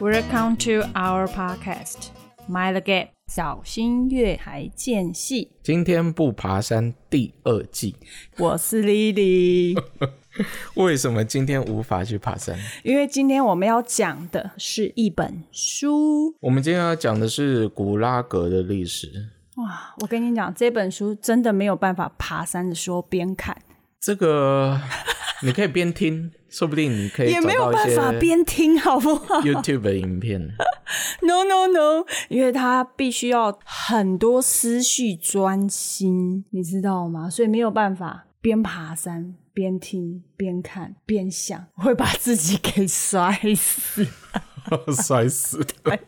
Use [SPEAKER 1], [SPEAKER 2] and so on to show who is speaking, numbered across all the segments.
[SPEAKER 1] Welcome to our podcast. Mind the gap，小心越海间隙。
[SPEAKER 2] 今天不爬山第二季，
[SPEAKER 1] 我是 Lily，
[SPEAKER 2] 为什么今天无法去爬山？
[SPEAKER 1] 因为今天我们要讲的是一本书。
[SPEAKER 2] 我们今天要讲的是古拉格的历史。
[SPEAKER 1] 哇，我跟你讲，这本书真的没有办法爬山的时候边看，
[SPEAKER 2] 这个你可以边听，说不定你可以
[SPEAKER 1] 也
[SPEAKER 2] 找
[SPEAKER 1] 没有
[SPEAKER 2] 到一
[SPEAKER 1] 办
[SPEAKER 2] 些
[SPEAKER 1] 法边听，好不好
[SPEAKER 2] YouTube 的影片。
[SPEAKER 1] ？No No No，因为它必须要很多思绪专心，你知道吗？所以没有办法边爬山。边听边看边想，会把自己给摔死。
[SPEAKER 2] 摔死 的！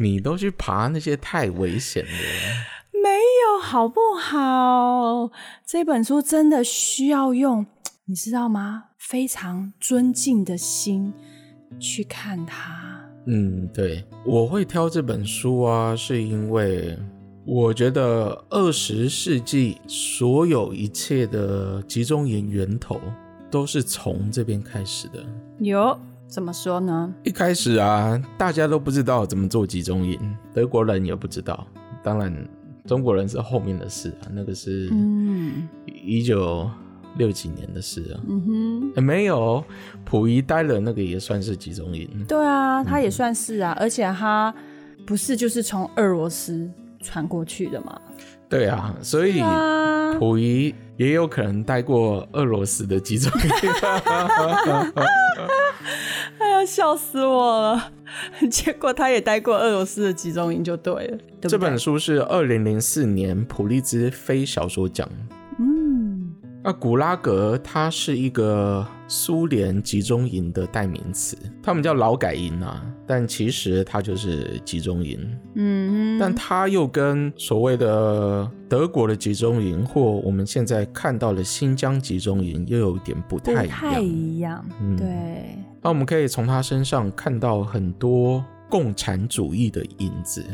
[SPEAKER 2] 你都去爬那些太危险的，
[SPEAKER 1] 没有好不好？这本书真的需要用，你知道吗？非常尊敬的心去看它。
[SPEAKER 2] 嗯，对，我会挑这本书啊，是因为我觉得二十世纪所有一切的集中营源头都是从这边开始的。
[SPEAKER 1] 有怎么说呢？
[SPEAKER 2] 一开始啊，大家都不知道怎么做集中营，德国人也不知道，当然中国人是后面的事啊，那个是
[SPEAKER 1] 嗯
[SPEAKER 2] 一九六几年的事啊。
[SPEAKER 1] 嗯哼，
[SPEAKER 2] 欸、没有，溥仪待了那个也算是集中营。
[SPEAKER 1] 对
[SPEAKER 2] 嗯
[SPEAKER 1] 啊，它也算是啊，而且它不是就是从俄罗斯传过去的嘛？
[SPEAKER 2] 对啊，所以
[SPEAKER 1] 啊，
[SPEAKER 2] 溥仪也有可能待过俄罗斯的集中 营。
[SPEAKER 1] 哎呀，笑死我了！ 结果他也待过俄罗斯的集中营，就对了，对不
[SPEAKER 2] 这
[SPEAKER 1] 对？
[SPEAKER 2] 本书是二零零四年普利兹非小说奖。
[SPEAKER 1] 嗯，
[SPEAKER 2] 那古拉格它是一个苏联集中营的代名词，他们叫劳改营啊，但其实它就是集中营。
[SPEAKER 1] 嗯
[SPEAKER 2] 但它又跟所谓的德国的集中营或我们现在看到的新疆集中营又有点不
[SPEAKER 1] 不
[SPEAKER 2] 太一
[SPEAKER 1] 太
[SPEAKER 2] 样。
[SPEAKER 1] 一样，
[SPEAKER 2] 嗯
[SPEAKER 1] 对，
[SPEAKER 2] 那我们可以从它身上看到很多共产主义的影子。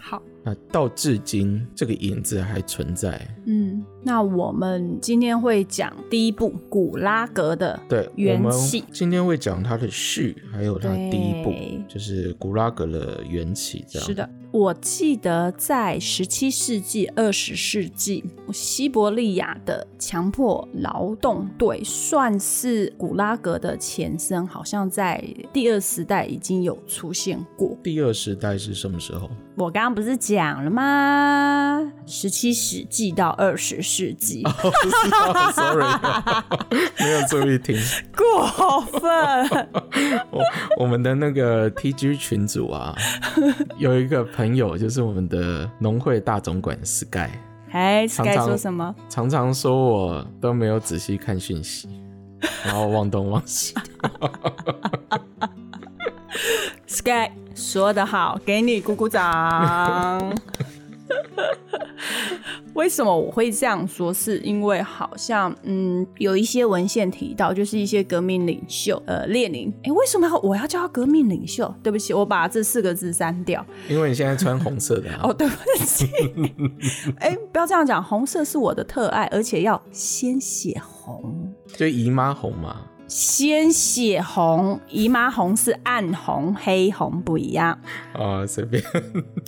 [SPEAKER 1] 好。
[SPEAKER 2] 那到至今，这个影子还存在。
[SPEAKER 1] 嗯，那我们今天会讲第一部古拉格的，
[SPEAKER 2] 对，我
[SPEAKER 1] 元
[SPEAKER 2] 们
[SPEAKER 1] 气
[SPEAKER 2] 今天会讲它的序，还有它第一部
[SPEAKER 1] 对，
[SPEAKER 2] 就是古拉格的缘起。这样
[SPEAKER 1] 是，的，我记得在十七世纪、二十世纪，西伯利亚的强迫劳动队算是古拉格的前身，好像在第二时代已经有出现过。
[SPEAKER 2] 第二时代是什么时候？
[SPEAKER 1] 我刚刚不是讲了吗？十七世纪到二十世纪，
[SPEAKER 2] 不知道，sorry，没 有注意听。
[SPEAKER 1] 过 分。
[SPEAKER 2] 我我们的那个 TG 群组啊，有一个朋友就是我们的农会大总管 Sky，
[SPEAKER 1] 哎
[SPEAKER 2] 常
[SPEAKER 1] ，Sky
[SPEAKER 2] 常
[SPEAKER 1] 说什么？
[SPEAKER 2] 常常说我都没有仔细看讯息，然后忘东忘西。
[SPEAKER 1] Sky 说得好，给你鼓鼓掌。 为什么我会这样说？是因为好像嗯，有一些文献提到，就是一些革命领袖，呃，列宁。哎，为什么要我要叫他革命领袖？对不起，我把这四个字删掉。
[SPEAKER 2] 因为你现在穿红色的、啊
[SPEAKER 1] 哦，，对不起。哎，不要这样讲，红色是我的特爱，而且要鲜血红。
[SPEAKER 2] 就姨妈红嘛。
[SPEAKER 1] 鲜血红，姨妈红是暗红，黑红不一样。
[SPEAKER 2] 啊，随便。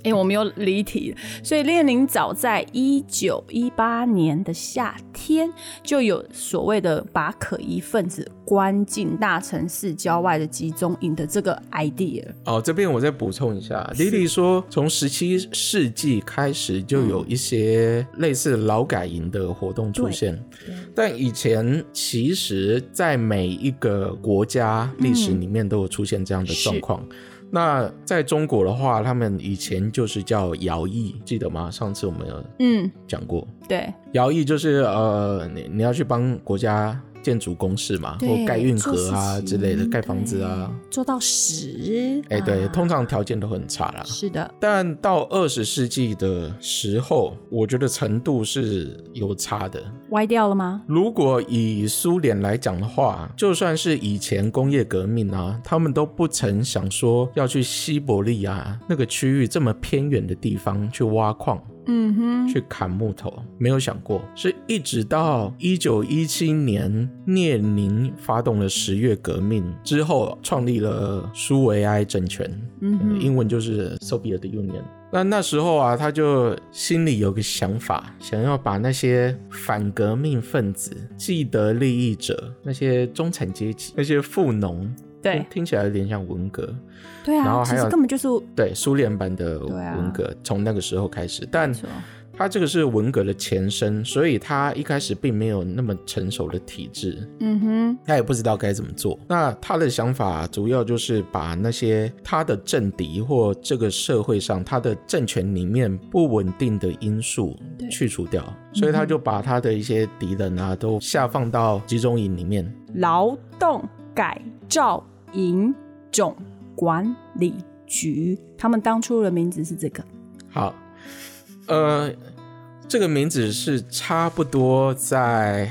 [SPEAKER 1] 哎、我们又离题了。所以列宁早在一九一八年的夏天，就有所谓的把可疑分子关进大城市郊外的集中营的这个 idea。
[SPEAKER 2] 哦，这边我再补充一下，Lily 说，从十七世纪开始就有一些类似劳改营的活动出现，但以前其实在每一个国家历史里面都有出现这样的状况。那在中国的话，他们以前就是叫徭役，记得吗？上次我们有
[SPEAKER 1] 嗯，
[SPEAKER 2] 讲过，
[SPEAKER 1] 对，
[SPEAKER 2] 徭役就是呃，你你要去帮国家建筑工事嘛，
[SPEAKER 1] 对
[SPEAKER 2] 或盖运河
[SPEAKER 1] 做
[SPEAKER 2] 啊
[SPEAKER 1] 事情
[SPEAKER 2] 之类的，盖房子啊。
[SPEAKER 1] 做到十。
[SPEAKER 2] 哎、对，啊
[SPEAKER 1] 啊
[SPEAKER 2] 通常条件都很差啦。
[SPEAKER 1] 是的，
[SPEAKER 2] 但到二十世纪的时候，我觉得程度是有差的。
[SPEAKER 1] 歪掉了吗？
[SPEAKER 2] 如果以苏联来讲的话，就算是以前工业革命啊，他们都不曾想说要去西伯利亚那个区域这么偏远的地方去挖矿，
[SPEAKER 1] 嗯哼，
[SPEAKER 2] 去砍木头，没有想过，是一直到一九一七年列宁发动了十月革命之后，创立了苏维埃政权，
[SPEAKER 1] 嗯哼
[SPEAKER 2] 英文就是 Soviet Union。那那时候啊，他就心里有个想法，想要把那些反革命分子、既得利益者、那些中产阶级、那些富农，
[SPEAKER 1] 对
[SPEAKER 2] 听起来有点像文革，
[SPEAKER 1] 对
[SPEAKER 2] 然
[SPEAKER 1] 啊，
[SPEAKER 2] 后
[SPEAKER 1] 其
[SPEAKER 2] 还
[SPEAKER 1] 实
[SPEAKER 2] 有
[SPEAKER 1] 根本就是
[SPEAKER 2] 对，苏联版的
[SPEAKER 1] 对啊
[SPEAKER 2] 文革，从、那个时候开始，但
[SPEAKER 1] 没错
[SPEAKER 2] 它这个是文革的前身，所以它一开始并没有那么成熟的体制，
[SPEAKER 1] 嗯哼，
[SPEAKER 2] 他也不知道该怎么做。那他的想法主要就是把那些他的政敌或这个社会上他的政权里面不稳定的因素
[SPEAKER 1] 对
[SPEAKER 2] 去除掉，所以他就把他的一些敌人啊都下放到集中营里面。
[SPEAKER 1] 劳动改造营总管理局，他们当初的名字是这个，
[SPEAKER 2] 好，呃，这个名字是差不多在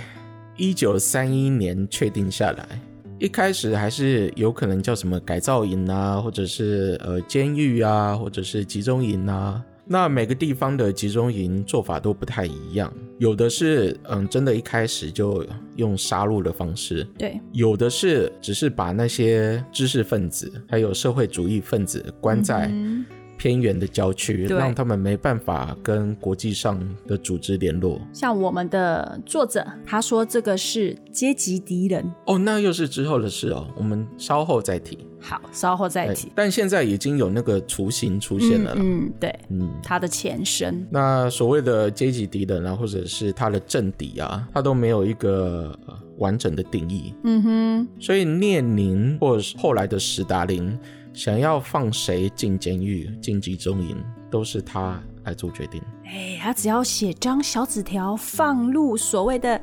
[SPEAKER 2] 一九三一年确定下来。一开始还是有可能叫什么改造营啊，或者是呃监狱啊，或者是集中营啊。那每个地方的集中营做法都不太一样，有的是嗯真的一开始就用杀戮的方式，
[SPEAKER 1] 对，
[SPEAKER 2] 有的是只是把那些知识分子还有社会主义分子关在
[SPEAKER 1] 嗯
[SPEAKER 2] 偏远的郊区，
[SPEAKER 1] 对
[SPEAKER 2] 让他们没办法跟国际上的组织联络。
[SPEAKER 1] 像我们的作者他说这个是阶级敌人，
[SPEAKER 2] 哦，那又是之后的事哦，我们稍后再提。
[SPEAKER 1] 好，稍后再
[SPEAKER 2] 哎
[SPEAKER 1] 提。
[SPEAKER 2] 但现在已经有那个雏形出现了啦。
[SPEAKER 1] 嗯，嗯对，
[SPEAKER 2] 嗯
[SPEAKER 1] 他的前身，
[SPEAKER 2] 那所谓的阶级敌人啊，或者是他的政敌啊，他都没有一个呃完整的定义。
[SPEAKER 1] 嗯哼，
[SPEAKER 2] 所以列宁或是后来的史达林想要放谁进监狱、进集中营，都是他来做决定。
[SPEAKER 1] 哎，他只要写张小纸条放入所谓的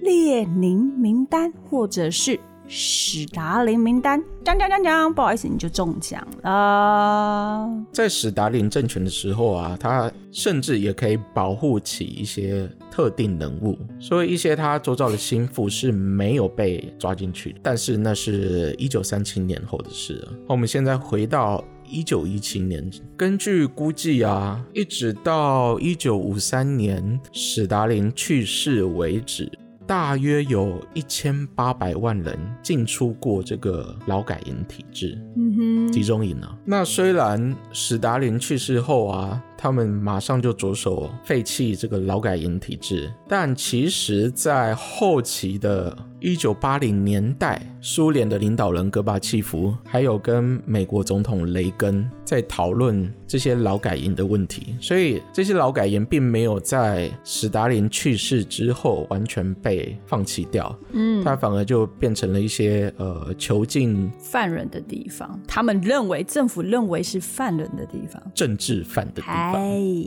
[SPEAKER 1] 列宁名单或者是史达林名单，讲讲讲讲，不好意思，你就中奖了。
[SPEAKER 2] 在史达林政权的时候啊，他甚至也可以保护起一些特定人物，所以一些他周遭的心腹是没有被抓进去的。但是那是一九三七年后的事了。我们现在回到。一九一七年，根据估计啊，一直到一九五三年史达林去世为止，大约有一千八百万人进出过这个劳改营体制。
[SPEAKER 1] 嗯
[SPEAKER 2] 集中营啊。那虽然史达林去世后啊，他们马上就着手废弃这个劳改营体制，但其实，在后期的1980年代，苏联的领导人戈巴契夫还有跟美国总统雷根在讨论这些劳改营的问题，所以这些劳改营并没有在史达林去世之后完全被放弃掉，
[SPEAKER 1] 嗯，
[SPEAKER 2] 它反而就变成了一些呃囚禁
[SPEAKER 1] 犯人的地方，他们认为政府认为是犯人的地方。
[SPEAKER 2] 政治犯的地
[SPEAKER 1] 哎
[SPEAKER 2] 方。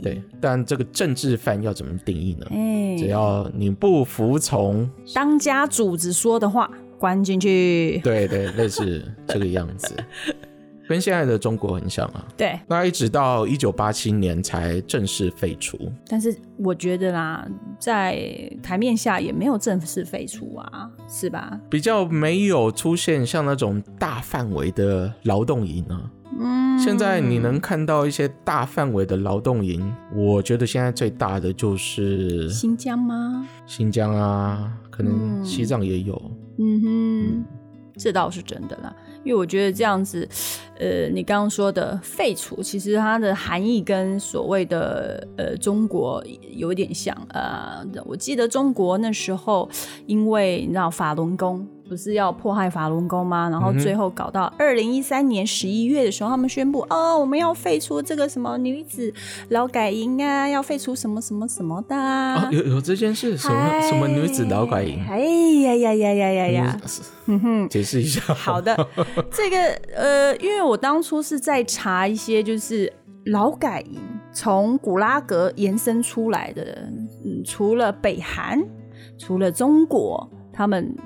[SPEAKER 2] 对，但这个政治犯要怎么定义呢？
[SPEAKER 1] 哎，
[SPEAKER 2] 只要你不服 从，
[SPEAKER 1] 当家主子说的话关进去。
[SPEAKER 2] 对对，类似这个样子，跟现在的中国很像啊。
[SPEAKER 1] 对，
[SPEAKER 2] 那一直到一九八七年才正式废除，
[SPEAKER 1] 但是我觉得啦，在台面下也没有正式废除啊，是吧？
[SPEAKER 2] 比较没有出现像那种大范围的劳动营啊。
[SPEAKER 1] 嗯，
[SPEAKER 2] 现在你能看到一些大范围的劳动营，我觉得现在最大的就是
[SPEAKER 1] 新疆吗？
[SPEAKER 2] 新疆啊，可能
[SPEAKER 1] 嗯
[SPEAKER 2] 西藏也有。
[SPEAKER 1] 嗯哼，这倒是真的啦，因为我觉得这样子，呃，你刚刚说的废除，其实它的含义跟所谓的呃中国有一点像。呃，我记得中国那时候，因为你知道法轮功。不是要迫害法轮功吗？然后
[SPEAKER 2] 嗯哼
[SPEAKER 1] 最后搞到二零一三年十一月的时候，他们宣布哦，我们要废除这个什么女子劳改营啊，要废除什么什么什么的啊、
[SPEAKER 2] 啊，有有这件事，什么什么女子劳改营？
[SPEAKER 1] 哎呀呀呀呀呀呀！嗯哼，
[SPEAKER 2] 解释一下。
[SPEAKER 1] 好的，这个呃，因为我当初是在查一些就是劳改营从古拉格延伸出来的，嗯，除了北韩，除了中国，他们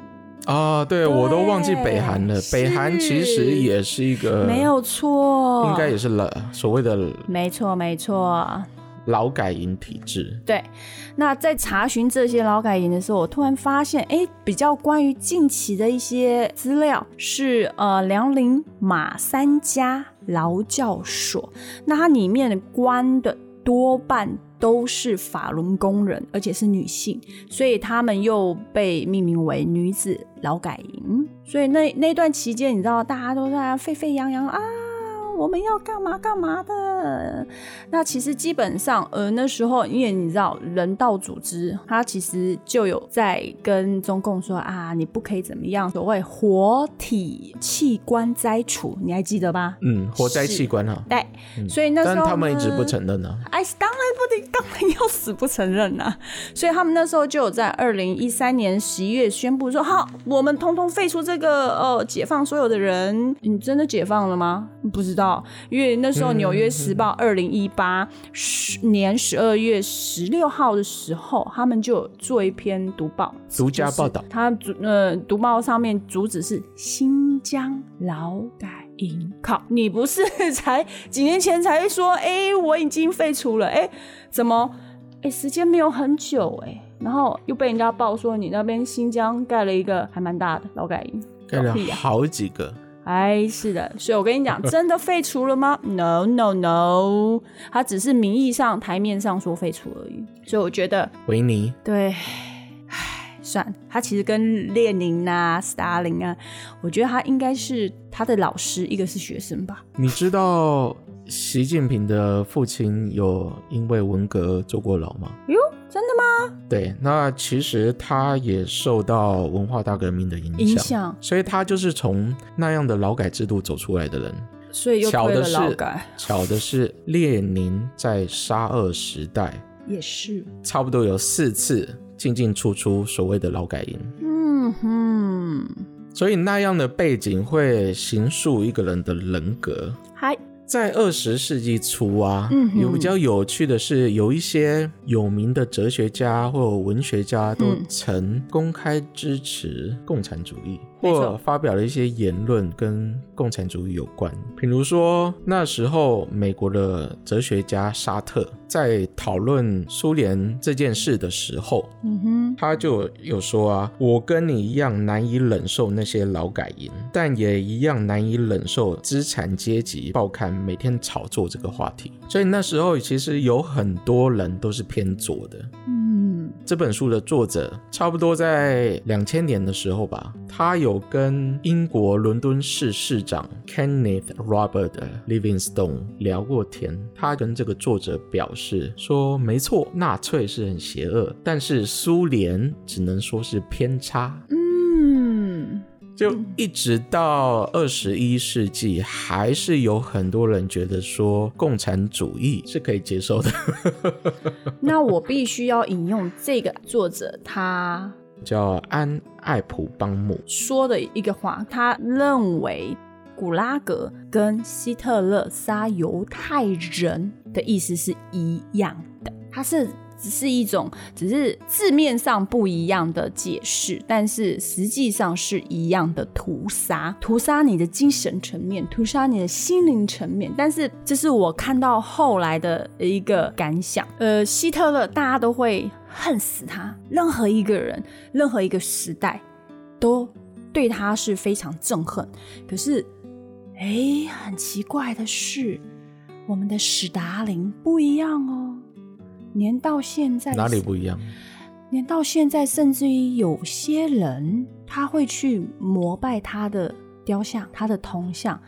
[SPEAKER 2] 啊，对我都忘记北韩了。
[SPEAKER 1] 是
[SPEAKER 2] 北韩其实也是一个
[SPEAKER 1] 没，有错，
[SPEAKER 2] 应该也是劳所谓的
[SPEAKER 1] 没错没错。
[SPEAKER 2] 劳改营体制。
[SPEAKER 1] 对，那在查询这些劳改营的时候，我突然发现，哎，比较关于近期的一些资料是呃，辽宁马三家劳教所，那它里面的关的多半都是法轮功人，而且是女性，所以他们又被命名为女子劳改营。所以那那段期间，你知道大家都在沸沸扬扬啊。我们要干嘛干嘛的？那其实基本上，呃，那时候因为你知道人道组织，它其实就有在跟中共说啊，你不可以怎么样，所谓活体器官摘除，你还记得吧？
[SPEAKER 2] 嗯，活摘器官啊，
[SPEAKER 1] 对，
[SPEAKER 2] 嗯
[SPEAKER 1] 所以那时候
[SPEAKER 2] 但他们一
[SPEAKER 1] 呢
[SPEAKER 2] 直不承认啊。
[SPEAKER 1] 哎，当然不得，当然要死不承认啦、所以他们那时候就有在二零一三年十一月宣布说：好，我们通通废除这个呃，解放所有的人。你真的解放了吗？不知道，因为那时候《纽约时报》二零一八十年十二月十六号的时候，他们就有做一篇读报，
[SPEAKER 2] 独家报道，
[SPEAKER 1] 他主呃读报上面主旨是新疆劳改营。靠，你不是才几年前才说，哎、我已经废除了，哎、怎么，哎、时间没有很久、哎，然后又被人家爆说你那边新疆盖了一个还蛮大的劳改营，
[SPEAKER 2] 盖了
[SPEAKER 1] 搞屁呀
[SPEAKER 2] 好几个。
[SPEAKER 1] 哎，是的，所以我跟你讲，真的废除了吗？No No No，它只是名义上台面上说废除而已。所以我觉得
[SPEAKER 2] 维尼，
[SPEAKER 1] 对，唉，算，他其实跟列宁啊、斯大林啊，我觉得他应该是他的老师，一个是学生吧。
[SPEAKER 2] 你知道习近平的父亲有因为文革坐过牢吗？
[SPEAKER 1] 哟，真的吗？
[SPEAKER 2] 对，那其实他也受到文化大革命的影响，
[SPEAKER 1] 影响
[SPEAKER 2] 所以他就是从那样的劳改制度走出来的人。
[SPEAKER 1] 所以又
[SPEAKER 2] 巧
[SPEAKER 1] 推
[SPEAKER 2] 的
[SPEAKER 1] 了
[SPEAKER 2] 是
[SPEAKER 1] 劳改，，
[SPEAKER 2] 巧的是，列宁在沙俄时代
[SPEAKER 1] 也是。
[SPEAKER 2] 差不多有四次进进出出所谓的劳改营，
[SPEAKER 1] 嗯哼，
[SPEAKER 2] 所以那样的背景会形塑一个人的人格。
[SPEAKER 1] 还
[SPEAKER 2] 在二十世纪初啊，
[SPEAKER 1] 嗯哼
[SPEAKER 2] 有比较有趣的是，有一些有名的哲学家或文学家都
[SPEAKER 1] 嗯
[SPEAKER 2] 曾公开支持共产主义，
[SPEAKER 1] 没错
[SPEAKER 2] 或发表了一些言论跟共产主义有关。比如说，那时候美国的哲学家沙特在讨论苏联这件事的时候，
[SPEAKER 1] 嗯哼，
[SPEAKER 2] 他就有说啊，我跟你一样难以忍受那些劳改营，但也一样难以忍受资产阶级报刊每天炒作这个话题。所以那时候其实有很多人都是偏左的。
[SPEAKER 1] 嗯，
[SPEAKER 2] 这本书的作者差不多在两千年的时候吧，他有跟英国伦敦市市长 Kenneth Robert Livingstone 聊过天。他跟这个作者表示说：“没错，纳粹是很邪恶，但是苏联只能说是偏差。”
[SPEAKER 1] 嗯，
[SPEAKER 2] 就一直到二十一世纪，还是有很多人觉得说共产主义是可以接受的。
[SPEAKER 1] 那我必须要引用这个作者他
[SPEAKER 2] 叫安艾普邦姆，
[SPEAKER 1] 说的一个话，他认为古拉格跟希特勒杀犹太人的意思是一样的，它是只是一种只是字面上不一样的解释，但是实际上是一样的屠杀，屠杀你的精神层面，屠杀你的心灵层面。但是这是我看到后来的一个感想，呃，希特勒大家都会恨死他，任何一个人，任何一个时代。都对他是非常憎恨。可是，哎，很奇怪的是，我们的史达林不一样哦。连到现在
[SPEAKER 2] 哪里不一样？
[SPEAKER 1] 连到现在，甚至于有些人他会去膜拜他的雕像、他的铜像，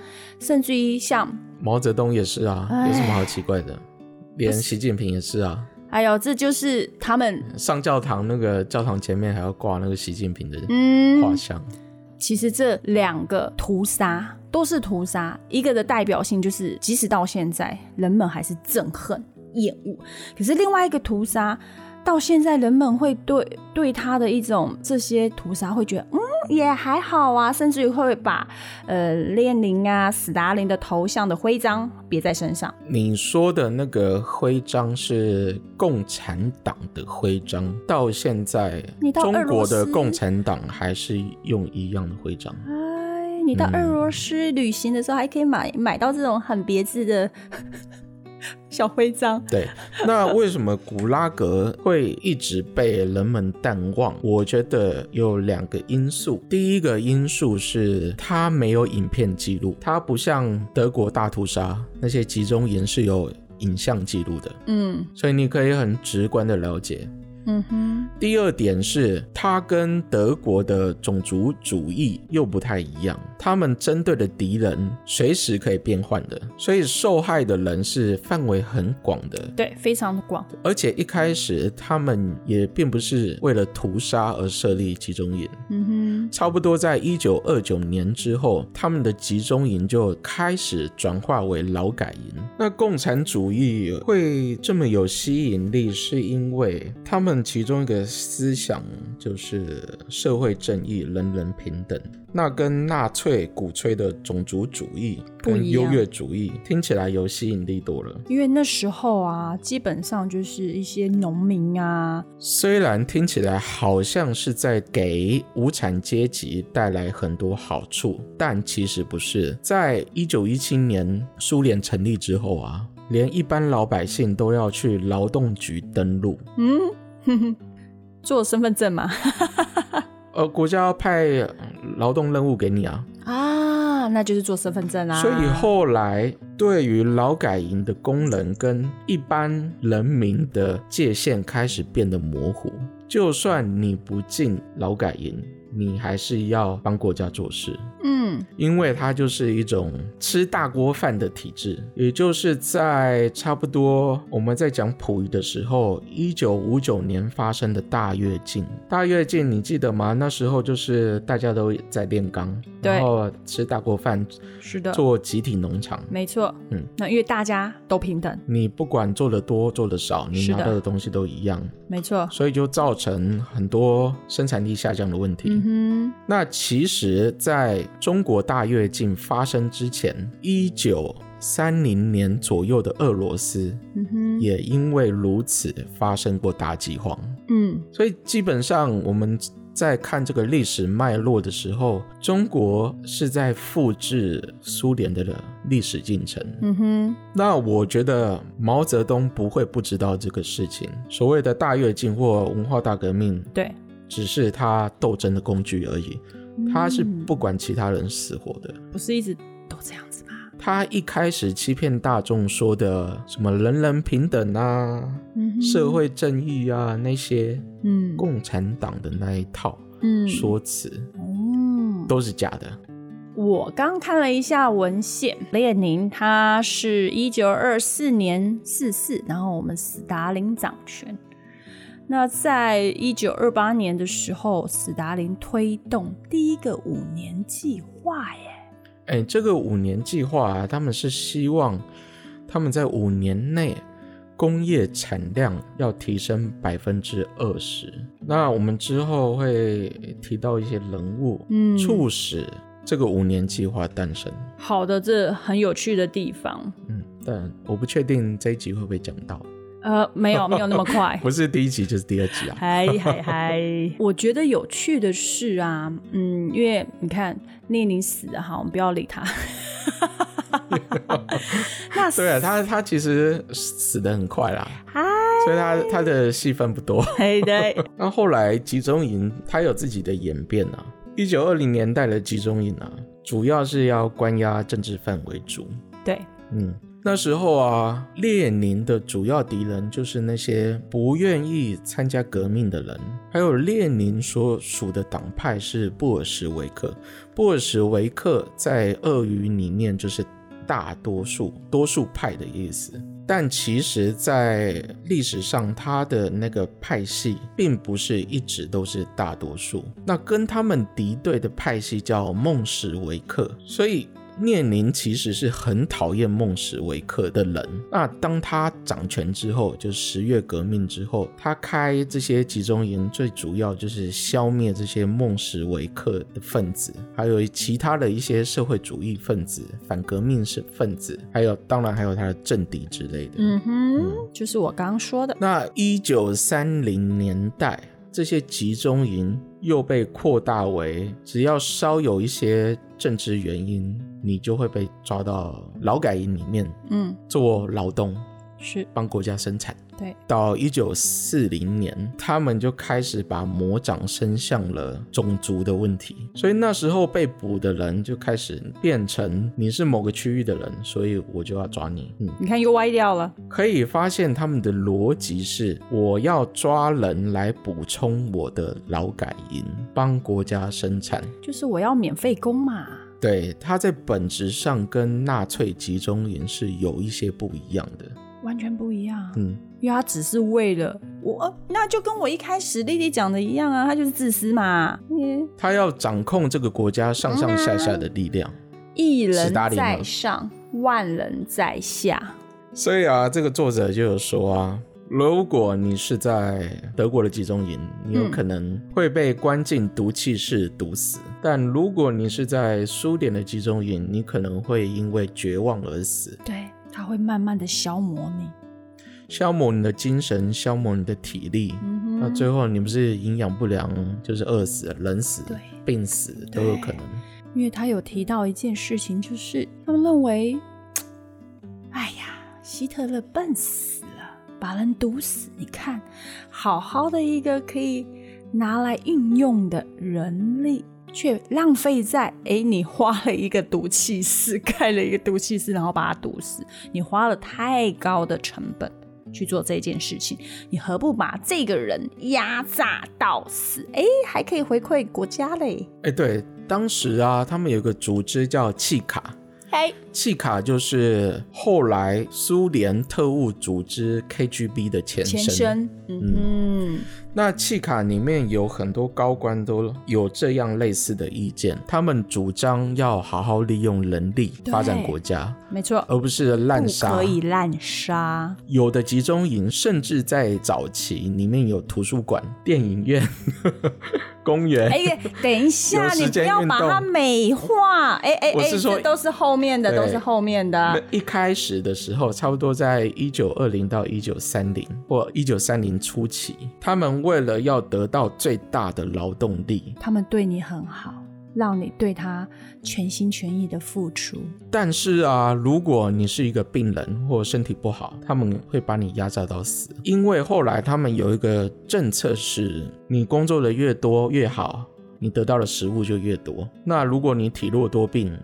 [SPEAKER 1] 甚至于像，
[SPEAKER 2] 毛泽东也是啊，
[SPEAKER 1] 哎
[SPEAKER 2] 有什么好奇怪的？连习近平也是啊，
[SPEAKER 1] 哎呦，这就是他们，
[SPEAKER 2] 上教堂那个教堂前面还要挂那个习近平的
[SPEAKER 1] 嗯，
[SPEAKER 2] 画像。
[SPEAKER 1] 其实这两个屠杀都是屠杀，一个的代表性就是，即使到现在，人们还是憎恨、厌恶；可是另外一个屠杀，到现在人们会对对他的一种这些屠杀会觉得，嗯，也还好啊，甚至于会把呃列宁啊、斯大林的头像的徽章别在身上。
[SPEAKER 2] 你说的那个徽章是共产党的徽章，到现在
[SPEAKER 1] 你到
[SPEAKER 2] 中
[SPEAKER 1] 俄罗
[SPEAKER 2] 国
[SPEAKER 1] 斯
[SPEAKER 2] 的共产党还是用一样的徽章。
[SPEAKER 1] 哎，你到
[SPEAKER 2] 嗯
[SPEAKER 1] 俄罗斯旅行的时候，还可以买买到这种很别致的 小徽章。
[SPEAKER 2] 对，那为什么古拉格会一直被人们淡忘？我觉得有两个因素。第一个因素是它没有影片记录，它不像德国大屠杀那些集中营是有。影像记录的，
[SPEAKER 1] 嗯
[SPEAKER 2] 所以你可以很直观的了解。
[SPEAKER 1] 嗯哼，
[SPEAKER 2] 第二点是，它跟德国的种族主义又不太一样，他们针对的敌人随时可以变换的，所以受害的人是范围很广的。
[SPEAKER 1] 对，非常的广，
[SPEAKER 2] 而且一开始他们也并不是为了屠杀而设立集中营，
[SPEAKER 1] 嗯
[SPEAKER 2] 差不多在一九二九年之后，他们的集中营就开始转化为劳改营。那共产主义会这么有吸引力，是因为他们其中一个思想就是社会正义、人人平等。那跟纳粹鼓吹的种族主义
[SPEAKER 1] 不
[SPEAKER 2] 跟
[SPEAKER 1] 一样
[SPEAKER 2] 优越主义听起来有吸引力多了。
[SPEAKER 1] 哼，因为那时候啊，基本上就是一些农民啊，
[SPEAKER 2] 虽然听起来好像是在给无产阶级带来很多好处，但其实不是。在一九一七年苏联成立之后啊，连一般老百姓都要去劳动局登录，
[SPEAKER 1] 嗯，哼哼，做身份 证嘛，
[SPEAKER 2] 呃，国家要派呃劳动任务给你啊。
[SPEAKER 1] 啊，那就是做身份证啊啦、
[SPEAKER 2] 所以后来对于劳改营的工人跟一般人民的界限开始变得模糊。就算你不进劳改营，你还是要帮国家做事。
[SPEAKER 1] 嗯，
[SPEAKER 2] 因为它就是一种吃大锅饭的体制，也就是在差不多我们在讲溥仪的时候，一九五九年发生的大跃进。大跃进你记得吗？那时候就是大家都在炼钢，
[SPEAKER 1] 对
[SPEAKER 2] 然后吃大锅饭，
[SPEAKER 1] 是的，
[SPEAKER 2] 做集体农场。
[SPEAKER 1] 没错，
[SPEAKER 2] 嗯，
[SPEAKER 1] 那因为大家都平等，
[SPEAKER 2] 你不管做的多做的少，你
[SPEAKER 1] 是的
[SPEAKER 2] 拿到的东西都一样，
[SPEAKER 1] 没错，
[SPEAKER 2] 所以就造成很多生产力下降的问题。
[SPEAKER 1] 嗯
[SPEAKER 2] 那其实，在中国大跃进发生之前，一九三零年左右的俄罗斯
[SPEAKER 1] 哼，嗯哼，
[SPEAKER 2] 也因为如此发生过大饥荒。
[SPEAKER 1] 嗯，
[SPEAKER 2] 所以，基本上我们在看这个历史脉络的时候，中国是在复制苏联的历史进程。
[SPEAKER 1] 嗯哼，
[SPEAKER 2] 那我觉得毛泽东不会不知道这个事情。所谓的大跃进或文化大革命，
[SPEAKER 1] 对，
[SPEAKER 2] 只是他斗争的工具而已。他是
[SPEAKER 1] 嗯
[SPEAKER 2] 不管其他人死活的。
[SPEAKER 1] 不是一直都这样子吗？
[SPEAKER 2] 他一开始欺骗大众说的什么人人平等啊、
[SPEAKER 1] 嗯哼
[SPEAKER 2] 社，会正义啊那些
[SPEAKER 1] 嗯，
[SPEAKER 2] 共产党的那一套
[SPEAKER 1] 嗯，
[SPEAKER 2] 说辞
[SPEAKER 1] 哦，
[SPEAKER 2] 都是假的。
[SPEAKER 1] 我刚看了一下文献，列宁他是一九二四年逝世，然后我们斯大林掌权。那在一九二八年的时候，斯大林推动第一个五年计划耶，
[SPEAKER 2] 哎，这个五年计划啊，他们是希望他们在五年内工业产量要提升百分之二十。那我们之后会提到一些人物，
[SPEAKER 1] 嗯
[SPEAKER 2] 促使这个五年计划诞生。
[SPEAKER 1] 好的，这很有趣的地方。
[SPEAKER 2] 嗯，但我不确定这一集会不会讲到，。
[SPEAKER 1] 呃，没有，没有那么 快
[SPEAKER 2] 不是第一集就是第二集 啊。
[SPEAKER 1] 嗨嗨嗨！我觉得有趣的是啊，嗯，因为你看列宁死了哈，我们不要理他。那
[SPEAKER 2] 对啊，他他其实死的很快啦，
[SPEAKER 1] 嗨，
[SPEAKER 2] 所以他他的戏份不多。
[SPEAKER 1] 嘿对，
[SPEAKER 2] 那后来集中营它有自己的演变啊，一九二零年代的集中营啊，主要是要关押政治犯为主。
[SPEAKER 1] 对，
[SPEAKER 2] 嗯，那时候啊，列宁的主要敌人就是那些不愿意参加革命的人，还有列宁所属的党派是布尔什维克。布尔什维克在俄语里面就是大多数、多数派的意思。但其实，在历史上，他的那个派系并不是一直都是大多数。那跟他们敌对的派系叫孟什维克，所以列宁其实是很讨厌孟什维克的人。那当他掌权之后，就十月革命之后，他开这些集中营，最主要就是消灭这些孟什维克的分子，还有其他的一些社会主义分子、反革命是分子，还有当然还有他的政敌之类的。
[SPEAKER 1] 嗯哼，就是我刚刚说的，
[SPEAKER 2] 那一九三零年代，这些集中营又被扩大为，只要稍有一些政治原因，你就会被抓到劳改营里面
[SPEAKER 1] 嗯，
[SPEAKER 2] 做劳动。
[SPEAKER 1] 是
[SPEAKER 2] 帮国家生产。
[SPEAKER 1] 对，
[SPEAKER 2] 到一九四零年，他们就开始把魔掌伸向了种族的问题，所以那时候被捕的人就开始变成你是某个区域的人，所以我就要抓你。嗯，
[SPEAKER 1] 你看又歪掉了，
[SPEAKER 2] 可以发现他们的逻辑是：我要抓人来补充我的劳改营，帮国家生产。
[SPEAKER 1] 就是我要免费工嘛。
[SPEAKER 2] 对，它在本质上跟纳粹集中营是有一些不一样的。
[SPEAKER 1] 完全不一样，
[SPEAKER 2] 嗯，
[SPEAKER 1] 因为他只是为了我，哦那就跟我一开始丽丽讲的一样啊，他就是自私嘛，嗯
[SPEAKER 2] 他要掌控这个国家上上下下的力量。
[SPEAKER 1] 一
[SPEAKER 2] 斯
[SPEAKER 1] 人
[SPEAKER 2] 大林吗
[SPEAKER 1] 在上，万人在下，
[SPEAKER 2] 所以啊，这个作者就有说啊，如果你是在德国的集中营，你有
[SPEAKER 1] 嗯
[SPEAKER 2] 可能会被关进毒气室毒死；但如果你是在苏联的集中营，你可能会因为绝望而死，
[SPEAKER 1] 对，他会慢慢的消磨你，
[SPEAKER 2] 消磨你的精神，消磨你的体力。
[SPEAKER 1] 嗯
[SPEAKER 2] 那
[SPEAKER 1] 哼，
[SPEAKER 2] 最后你不是营养不良，就是饿死、冷死
[SPEAKER 1] 对、
[SPEAKER 2] 病死都有可能。
[SPEAKER 1] 因为他有提到一件事情，就是他们认为，哎呀，希特勒笨死了，把人毒死。你看，好好的一个可以拿来运用的人力，却浪费在哎，你花了一个毒气室，盖了一个毒气室，然后把它毒死，你花了太高的成本。去做这件事情，你何不把这个人压榨到死？哎，还可以回馈国家嘞！
[SPEAKER 2] 哎、对，当时啊，他们有个组织叫契卡，
[SPEAKER 1] 嘿，
[SPEAKER 2] 契卡就是后来苏联特务组织 KGB 的前身。
[SPEAKER 1] 前身，嗯哼，
[SPEAKER 2] 那契卡里面有很多高官都有这样类似的意见，他们主张要好好利用人力
[SPEAKER 1] 对
[SPEAKER 2] 发展国家，
[SPEAKER 1] 没错，
[SPEAKER 2] 而不是滥
[SPEAKER 1] 不
[SPEAKER 2] 哦杀
[SPEAKER 1] 可。以滥杀，
[SPEAKER 2] 有的集中营甚至在早期里面有图书馆、电影院、 公园。
[SPEAKER 1] 哎、等一
[SPEAKER 2] 有
[SPEAKER 1] 下，
[SPEAKER 2] 时
[SPEAKER 1] 你不
[SPEAKER 2] 间
[SPEAKER 1] 要
[SPEAKER 2] 运
[SPEAKER 1] 把它
[SPEAKER 2] 动
[SPEAKER 1] 美化，哎哎
[SPEAKER 2] 我
[SPEAKER 1] 哎，
[SPEAKER 2] 是说
[SPEAKER 1] 这都是后面的，
[SPEAKER 2] 对
[SPEAKER 1] 都是后面
[SPEAKER 2] 那
[SPEAKER 1] 的，
[SPEAKER 2] 一开始的时候，差不多在一九二零到一九三零或一九三零初期，他们为了要得到最大的劳动力，
[SPEAKER 1] 他们对你很好，让你对他全心全意的付出，
[SPEAKER 2] 但是啊，如果你是一个病人或身体不好，他们会把你压榨到死。因为后来他们有一个政策是，你工作的越多越好，你得到的食物就越多。那如果你体弱多病，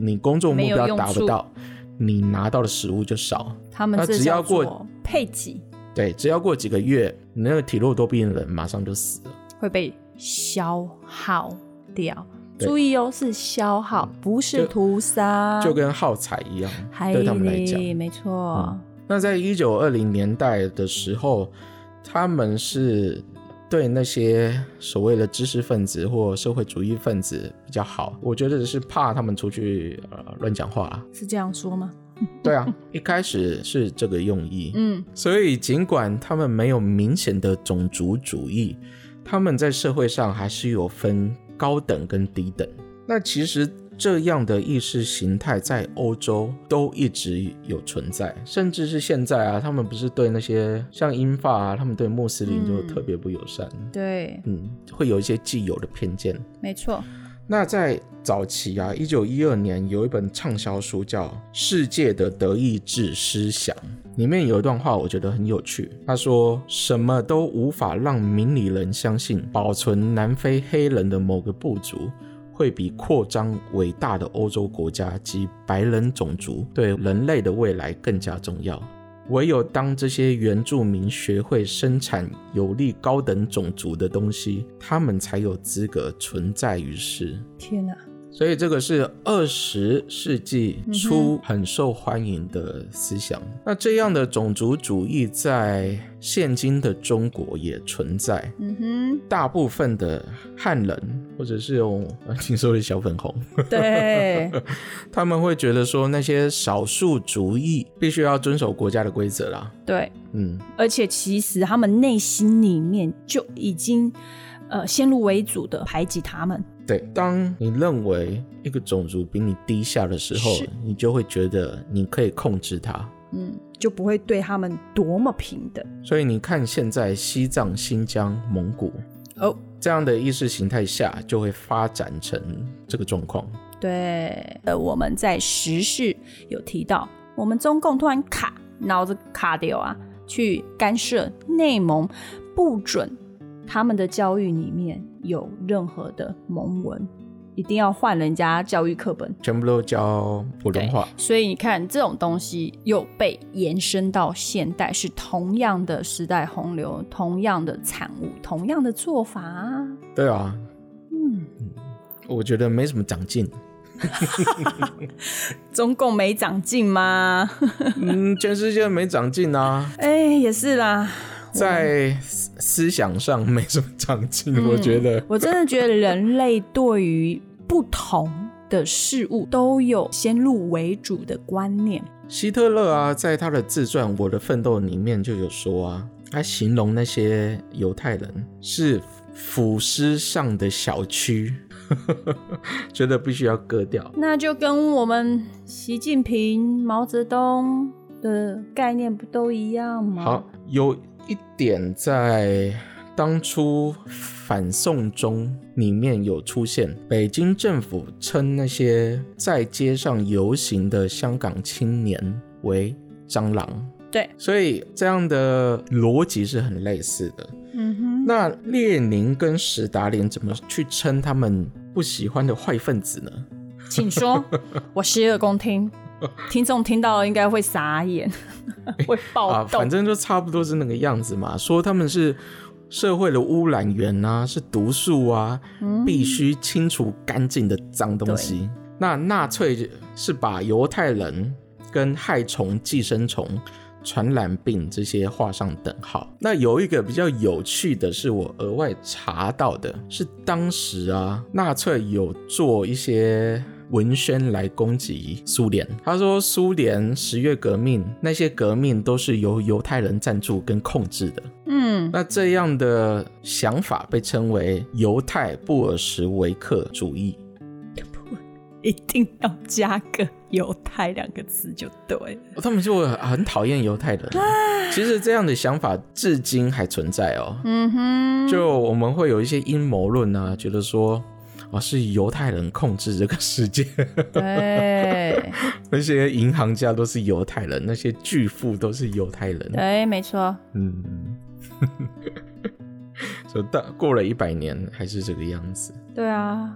[SPEAKER 2] 你工作目
[SPEAKER 1] 没有
[SPEAKER 2] 标
[SPEAKER 1] 用
[SPEAKER 2] 达不
[SPEAKER 1] 处
[SPEAKER 2] 到，你拿到的食物就少。
[SPEAKER 1] 他们
[SPEAKER 2] 那
[SPEAKER 1] 这
[SPEAKER 2] 只要
[SPEAKER 1] 叫做
[SPEAKER 2] 过
[SPEAKER 1] 配给
[SPEAKER 2] 对，只要过几个月，你那个体弱多病的人马上就死了。
[SPEAKER 1] 会被消耗掉。
[SPEAKER 2] 对
[SPEAKER 1] 注意哦，是消耗，不是
[SPEAKER 2] 就
[SPEAKER 1] 屠杀。
[SPEAKER 2] 就跟耗材一样，
[SPEAKER 1] 嗨
[SPEAKER 2] 对他们来讲。
[SPEAKER 1] 嘞没错
[SPEAKER 2] 嗯，那在一九二零年代的时候，他们是对那些所谓的知识分子或社会主义分子比较好，我觉得是怕他们出去呃乱讲话啊。
[SPEAKER 1] 是这样说吗？
[SPEAKER 2] 对啊，一开始是这个用意，
[SPEAKER 1] 嗯，
[SPEAKER 2] 所以尽管他们没有明显的种族主义，他们在社会上还是有分高等跟低等。那其实这样的意识形态在欧洲都一直有存在，甚至是现在啊，他们不是对那些像英法啊，他们对穆斯林就
[SPEAKER 1] 嗯
[SPEAKER 2] 特别不友善，
[SPEAKER 1] 对，
[SPEAKER 2] 嗯，会有一些既有的偏见。
[SPEAKER 1] 没错。
[SPEAKER 2] 那在早期啊，一九一二年有一本畅销书叫《世界的德意志思想》，里面有一段话我觉得很有趣。他说：“什么都无法让明理人相信，保存南非黑人的某个部族。”会比扩张伟大的欧洲国家及白人种族对人类的未来更加重要。唯有当这些原住民学会生产有利高等种族的东西，他们才有资格存在于世。
[SPEAKER 1] 天啊哪，
[SPEAKER 2] 所以这个是二十世纪初很受欢迎的思想。那这样的种族主义在现今的中国也存在，
[SPEAKER 1] 嗯
[SPEAKER 2] 大部分的汉人或者是用你说的小粉红，
[SPEAKER 1] 哼， 对，
[SPEAKER 2] 他们会觉得说那些少数族裔必须要遵守国家的规则啦。
[SPEAKER 1] 对，
[SPEAKER 2] 嗯，
[SPEAKER 1] 而且其实他们内心里面就已经呃先入为主的排挤他们，
[SPEAKER 2] 对，当你认为一个种族比你低下的时候
[SPEAKER 1] 是，
[SPEAKER 2] 你就会觉得你可以控制它。
[SPEAKER 1] 嗯，就不会对他们多么平等
[SPEAKER 2] 所以你看，现在西藏、新疆、蒙古
[SPEAKER 1] 哦。
[SPEAKER 2] 这样的意识形态下，就会发展成这个状况。
[SPEAKER 1] 对，呃，我们在时事有提到，我们中共突然卡脑子卡掉啊，去干涉内蒙，不准他们的教育里面有任何的蒙文，一定要换人家教育课本。
[SPEAKER 2] 全部都教普通话。
[SPEAKER 1] 所以你看，这种东西又被延伸到现代，是同样的时代洪流，同样的产物，同样的做法啊。
[SPEAKER 2] 对啊，
[SPEAKER 1] 嗯，
[SPEAKER 2] 我觉得没什么长进。
[SPEAKER 1] 中共没长进吗？
[SPEAKER 2] 嗯，全世界没长进啊，
[SPEAKER 1] 哎、也是啦。
[SPEAKER 2] 在思思想上没什么长进，我觉得。
[SPEAKER 1] 我真的觉得人类对于不同的事物都有先入为主的观念。
[SPEAKER 2] 希特勒啊，在他的自传《我的奋斗》里面就有说啊，他形容那些犹太人是腐尸上的小蛆， 觉得必须要割掉。
[SPEAKER 1] 那就跟我们习近平、毛泽东的概念不都一样吗？
[SPEAKER 2] 好，有一点在当初反送中里面有出现，北京政府称那些在街上游行的香港青年为蟑螂，
[SPEAKER 1] 对，
[SPEAKER 2] 所以这样的逻辑是很类似的。
[SPEAKER 1] 嗯哼，
[SPEAKER 2] 那列宁跟史达林怎么去称他们不喜欢的坏分子呢？
[SPEAKER 1] 请说，我洗耳恭听。听众听到了应该会傻眼， 会暴
[SPEAKER 2] 啊，
[SPEAKER 1] 动。
[SPEAKER 2] 反正就差不多是那个样子嘛。说他们是社会的污染源啊，是毒素啊，
[SPEAKER 1] 嗯
[SPEAKER 2] 必须清除干净的脏东西。那纳粹是把犹太人跟害虫、寄生虫、传染病这些画上等号。那有一个比较有趣的是，我额外查到的是，当时啊，纳粹有做一些。文宣来攻击苏联，他说苏联十月革命那些革命都是由犹太人赞助跟控制的，
[SPEAKER 1] 嗯，
[SPEAKER 2] 那这样的想法被称为犹太布尔什维克主义。
[SPEAKER 1] 一定要加个“犹太”两个字就对了。
[SPEAKER 2] 哦他们就很讨厌犹太人啊。其实这样的想法至今还存在哦。
[SPEAKER 1] 嗯哼，
[SPEAKER 2] 就我们会有一些阴谋论啊，觉得说啊是犹太人控制这个世界，
[SPEAKER 1] 对
[SPEAKER 2] 那些银行家都是犹太人，那些巨富都是犹太人。
[SPEAKER 1] 对，没错。
[SPEAKER 2] 嗯， 就到过了一百年还是这个样子。
[SPEAKER 1] 对啊，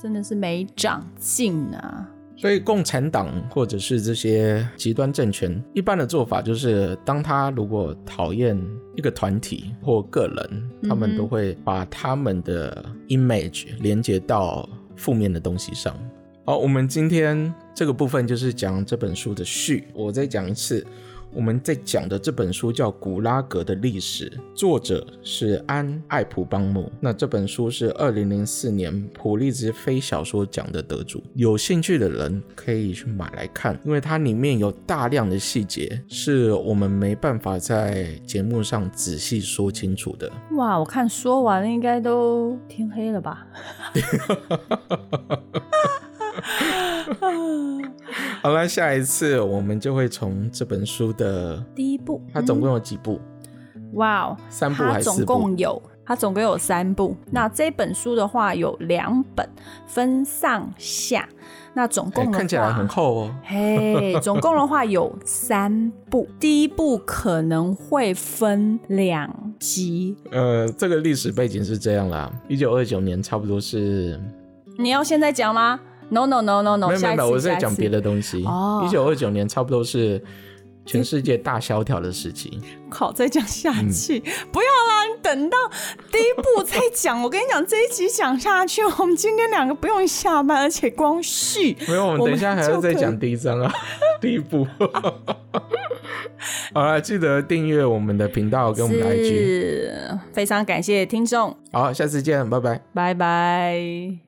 [SPEAKER 1] 真的是没长进啊！
[SPEAKER 2] 所以，共产党或者是这些极端政权，一般的做法就是，当他如果讨厌一个团体或个人，他
[SPEAKER 1] 嗯哼
[SPEAKER 2] 们都会把他们的 image 连接到负面的东西上。好，我们今天这个部分就是讲这本书的序，我再讲一次。我们在讲的这本书叫《古拉格的历史》，作者是安·艾普邦姆。那这本书是二零零四年普利兹非小说奖的得主，有兴趣的人可以去买来看，因为它里面有大量的细节是我们没办法在节目上仔细说清楚的。
[SPEAKER 1] 哇，我看说完了应该都天黑了吧？
[SPEAKER 2] 好了，下一次我们就会从这本书的，
[SPEAKER 1] 第一部，
[SPEAKER 2] 它总共有几部？
[SPEAKER 1] 嗯哇哦，
[SPEAKER 2] 三部
[SPEAKER 1] 它
[SPEAKER 2] 还是
[SPEAKER 1] 总
[SPEAKER 2] 四部？
[SPEAKER 1] 共有它总共有三部。那这本书的话有两本，分上下。那总
[SPEAKER 2] 哎
[SPEAKER 1] 共的话，
[SPEAKER 2] 看起来很厚哦。
[SPEAKER 1] 嘿，总共的话有三部，第一部可能会分两集。
[SPEAKER 2] 呃，这个历史背景是这样啦，一九二九年差不多是，
[SPEAKER 1] 你要现在讲吗？No No No No No，
[SPEAKER 2] 没有没
[SPEAKER 1] 下一
[SPEAKER 2] 有没
[SPEAKER 1] 次
[SPEAKER 2] 有，我是
[SPEAKER 1] 下
[SPEAKER 2] 在
[SPEAKER 1] 一
[SPEAKER 2] 讲
[SPEAKER 1] 次
[SPEAKER 2] 别的东西。
[SPEAKER 1] 哦
[SPEAKER 2] 一九二九年差不多是全世界大萧条的时期，
[SPEAKER 1] 靠，再讲下
[SPEAKER 2] 嗯
[SPEAKER 1] 去、不要啦，你等到第一步再讲。我跟你讲，这一集讲下去，我们今天两个不用下班，而且光续
[SPEAKER 2] 没有，我们
[SPEAKER 1] 我们
[SPEAKER 2] 等一下还要再
[SPEAKER 1] 就可
[SPEAKER 2] 讲第一章啊，第一 部。好了，记得订阅我们的频道跟我们的 IG。
[SPEAKER 1] 是非常感谢听众，
[SPEAKER 2] 好，下次见，拜拜。
[SPEAKER 1] 拜拜。